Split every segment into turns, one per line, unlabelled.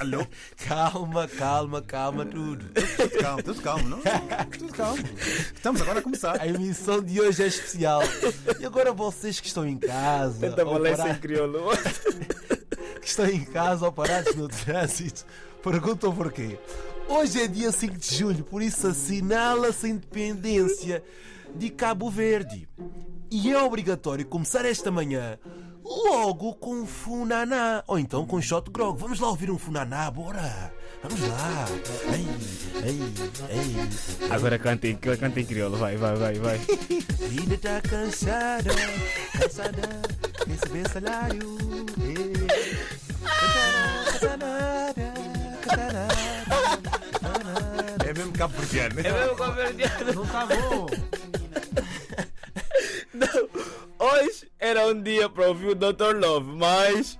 Alô?
Calma, calma, calma tudo.
Calma, tudo calmo, não? Tudo calmo. Estamos agora a começar.
A emissão de hoje é especial. E agora vocês que estão em casa,
Tenta
ou
valer
para-
sem crioulo.
que estão em casa ou parados no trânsito, perguntam porquê. Hoje é dia 5 de julho, por isso assinala-se a independência de Cabo Verde. E é obrigatório começar esta manhã logo com um funaná, ou então com shot grog. Vamos lá ouvir um funaná, bora! Vamos lá! Ei, ei, ei!
Agora cantem, cantem crioulo, vai, vai, vai, vai.
Vida tá cansada, cansada, receber salário. eh. Cansada, cansada, cansada.
É mesmo cabo verdeano.
É mesmo converdiano.
Não está bom.
Hoje era um dia para ouvir o Dr. Love, mas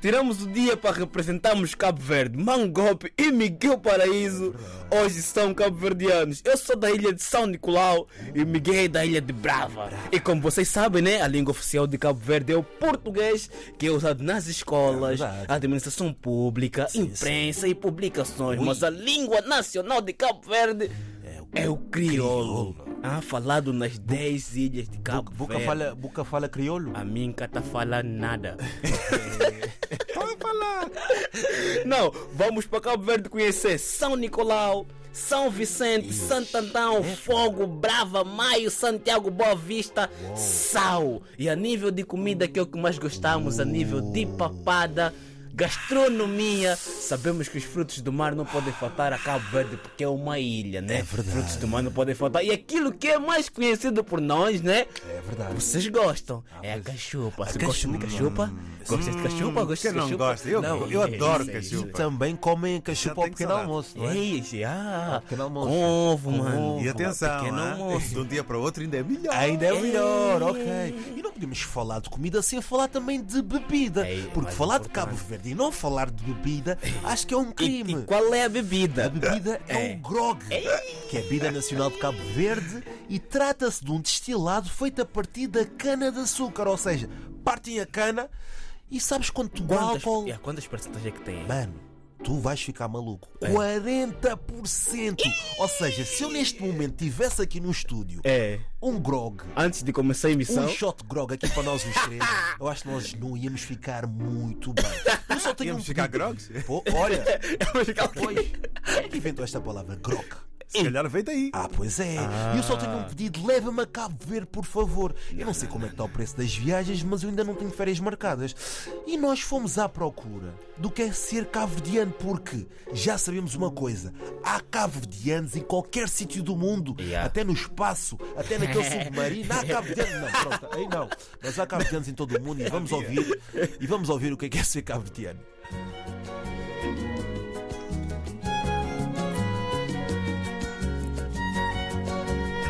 tiramos o dia para representarmos Cabo Verde. Mangope e Miguel Paraíso hoje são cabo-verdianos. Eu sou da ilha de São Nicolau e o Miguel é da ilha de Brava. E como vocês sabem, né, a língua oficial de Cabo Verde é o português, que é usado nas escolas,
É verdade.
administração pública, imprensa e publicações.
Ui.
Mas a língua nacional de Cabo Verde é o crioulo. Ah, falado nas 10 ilhas de Cabo
Boca
Verde.
fala, boca fala crioulo?
A mim cata fala nada. Não, vamos para Cabo Verde conhecer São Nicolau, São Vicente, Santo Antão, Fogo, Brava, Maio, Santiago, Boa Vista, Sal. E a nível de comida que é o que mais gostamos, a nível de papada, gastronomia, sabemos que os frutos do mar não podem faltar a Cabo Verde porque é uma ilha, né? Frutos do mar não podem faltar. E aquilo que é mais conhecido por nós, né?
É verdade.
Vocês gostam? é a cachupa. Você gosta de cachupa? Gosta de cachupa? Gosta
Quem
de
não
cachupa?
gosta? Eu- eu adoro cachupa.
é, Também comem cachupa ao
tem que
pequeno
saudar.
almoço, não é?
Ei, já.
pequeno almoço.
Com ovo, ah, mano.
E
Ovo,
atenção,
pequeno
ah,
almoço.
de um dia para o outro ainda é melhor.
Ainda é melhor, ok. E não podemos falar de comida sem falar também de bebida.
Ei,
Porque
mais
falar de
importante.
Cabo Verde e não falar de bebida acho que é um
E,
crime.
e qual é a
A
bebida?
bebida é,
É.
o grog, que é a bebida nacional de Cabo Verde e trata-se de um destilado feito a partir da cana-de-açúcar, ou seja, partem a cana e sabes quanto
Quantas,
álcool...
é, quantas percentuais é que tem?
Mano, tu vais ficar maluco.
É.
40%! Ou seja, se eu neste momento estivesse aqui no estúdio,
É,
um grog...
antes de começar a emissão.
Um shot grog aqui para nós os três, eu acho que nós não íamos ficar muito bem. Eu só tenho
Íamos
um
ficar
pedido.
grogues?
Pô, olha,
Vamos ficar-
pois, quem é que inventou esta palavra? Grog.
Se calhar veio daí.
Ah, pois é. E eu só tenho um pedido. Leva-me a Cabo Verde, por favor. eu não sei como é que está o preço das viagens, mas eu ainda não tenho férias marcadas. E nós fomos à procura do que é ser cabo-verdiano, porque já sabemos uma coisa. Há cabo-verdianos em qualquer sítio do mundo.
Yeah.
Até no espaço, até naquele submarino. Há cabo-verdianos. Não, pronto. Aí não. Mas há cabo-verdianos em todo o mundo e vamos ouvir. E vamos ouvir o que é que é ser cabo-verdiano.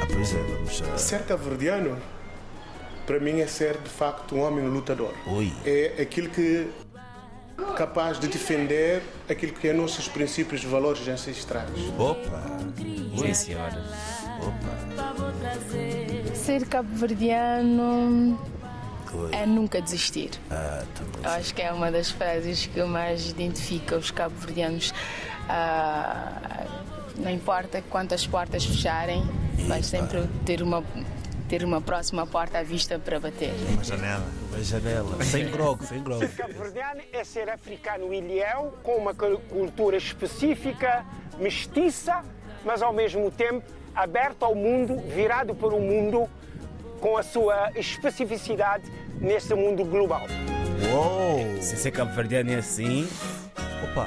Ah, pois é. Vamos... ah,
Ser cabo-verdiano, para mim, é ser de facto um homem lutador.
Oi.
É aquilo que capaz de defender aquilo que é nossos princípios e valores ancestrais.
Opa.
Sim, senhora.
Ser cabo-verdiano
Oi.
é nunca desistir.
Ah, tá bom.
Eu acho que é uma das frases que mais identifica os cabo-verdianos. Ah, não importa quantas portas fecharem, mas sempre ter uma, ter uma próxima porta à vista para bater.
Uma janela.
Uma janela. Sem grog, sem grog.
Cabo-verdiano é ser africano ilhéu, com uma cu- cultura específica, mestiça, mas ao mesmo tempo aberto ao mundo, virado para o mundo, com a sua especificidade nesse mundo global.
Uou!
Se ser cabo-verdiano é assim,
Opa,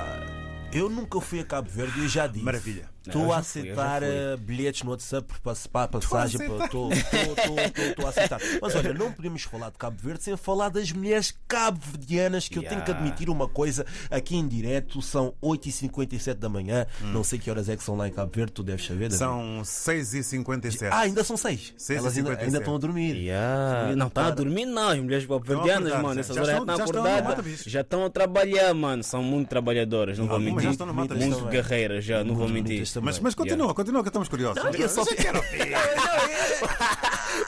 eu nunca fui a Cabo Verde e eu já disse.
Maravilha.
Não, eu
Estou a
já fui, eu já
aceitar
fui.
eh, bilhetes no WhatsApp para participar, passagem. Estou a aceitar. Mas olha, não podemos falar de Cabo Verde sem falar das mulheres cabo-verdianas, que eu tenho que
Yeah.
admitir uma coisa aqui em direto. São 8h57 da manhã.
Hum.
Não sei que horas é que são lá em Cabo Verde, tu deves saber. David.
São 6h57.
Ah, ainda são 6.
Seis e
Elas ainda- ainda
57.
estão a dormir.
Yeah. Não, tá a dormir não, as mulheres cabo-verdianas,
acordadas,
mano,
tá,
já.
essas
Já
horas já
estão-
estão
já estão no mata-bicho.
acordadas, já estão a trabalhar, mano, são muito trabalhadoras, não vou
Algumas já
mentir,
estão no mata-bicho
muito
também.
guerreiras, já, não vou mentir.
bonitas vocês também.
Mas, mas continua, continua, que estamos curiosos.
Não, eu só quero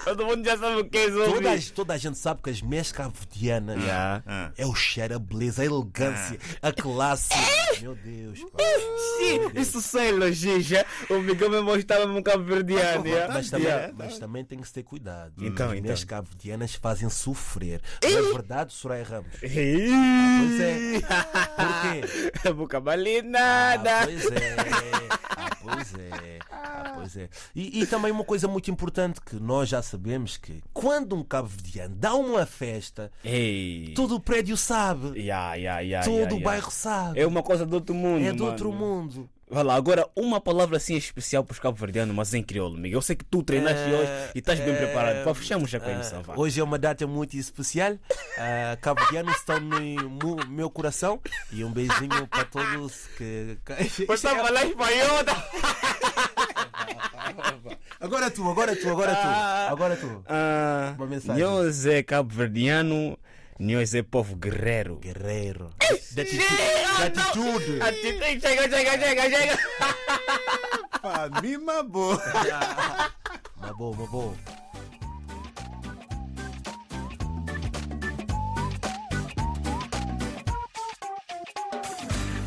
Todo mundo já sabe o que é isso.
Toda a, toda a gente sabe que as mulheres cabo-verdianas
Yeah.
Ah.
é o cheiro, a beleza, a elegância, a classe.
É.
Meu Deus, pá.
Sim, isso sem elogio, O Miguel me mostrava um cabo verdeano.
Mas também, é. mas também tem que se ter cuidado.
Então,
As mulheres cabo-verdianas fazem sofrer. Não é verdade, Soraya Ramos? Pois é. Por quê?
Boca
Ah,
balinada.
pois é. Ah, pois é. Ah, pois é. E, e também uma coisa muito importante que nós já sabemos que quando um cabo-verdiano dá uma festa,
Ei.
todo o prédio sabe.
Ya, ya, ya,
todo
ya,
o
ya.
bairro sabe.
É uma coisa do outro mundo.
É do
mano.
outro mundo.
Vai lá, agora uma palavra assim especial para os cabo-verdianos, mas em crioulo, Miguel. Eu sei que tu treinaste
É,
hoje e estás bem
é,
preparado. Pá, fechamos já com a
Ah,
emissão, vá.
hoje é uma data muito especial. Ah, Cabo-verdianos estão no mu- meu coração. E um beijinho para todos que.
Você a falar espanhol, tá?
Agora tu, agora tu, agora
Ah.
tu. Agora tu.
Ah,
Uma mensagem.
Nhoz é cabo-verdiano, Nhoz é povo guerreiro.
Guerreiro. De atitude.
Ah,
de
não!
atitude.
Atitude, Chega, chega, chega, chega.
Pá, mima boa.
Uma boa, uma boa.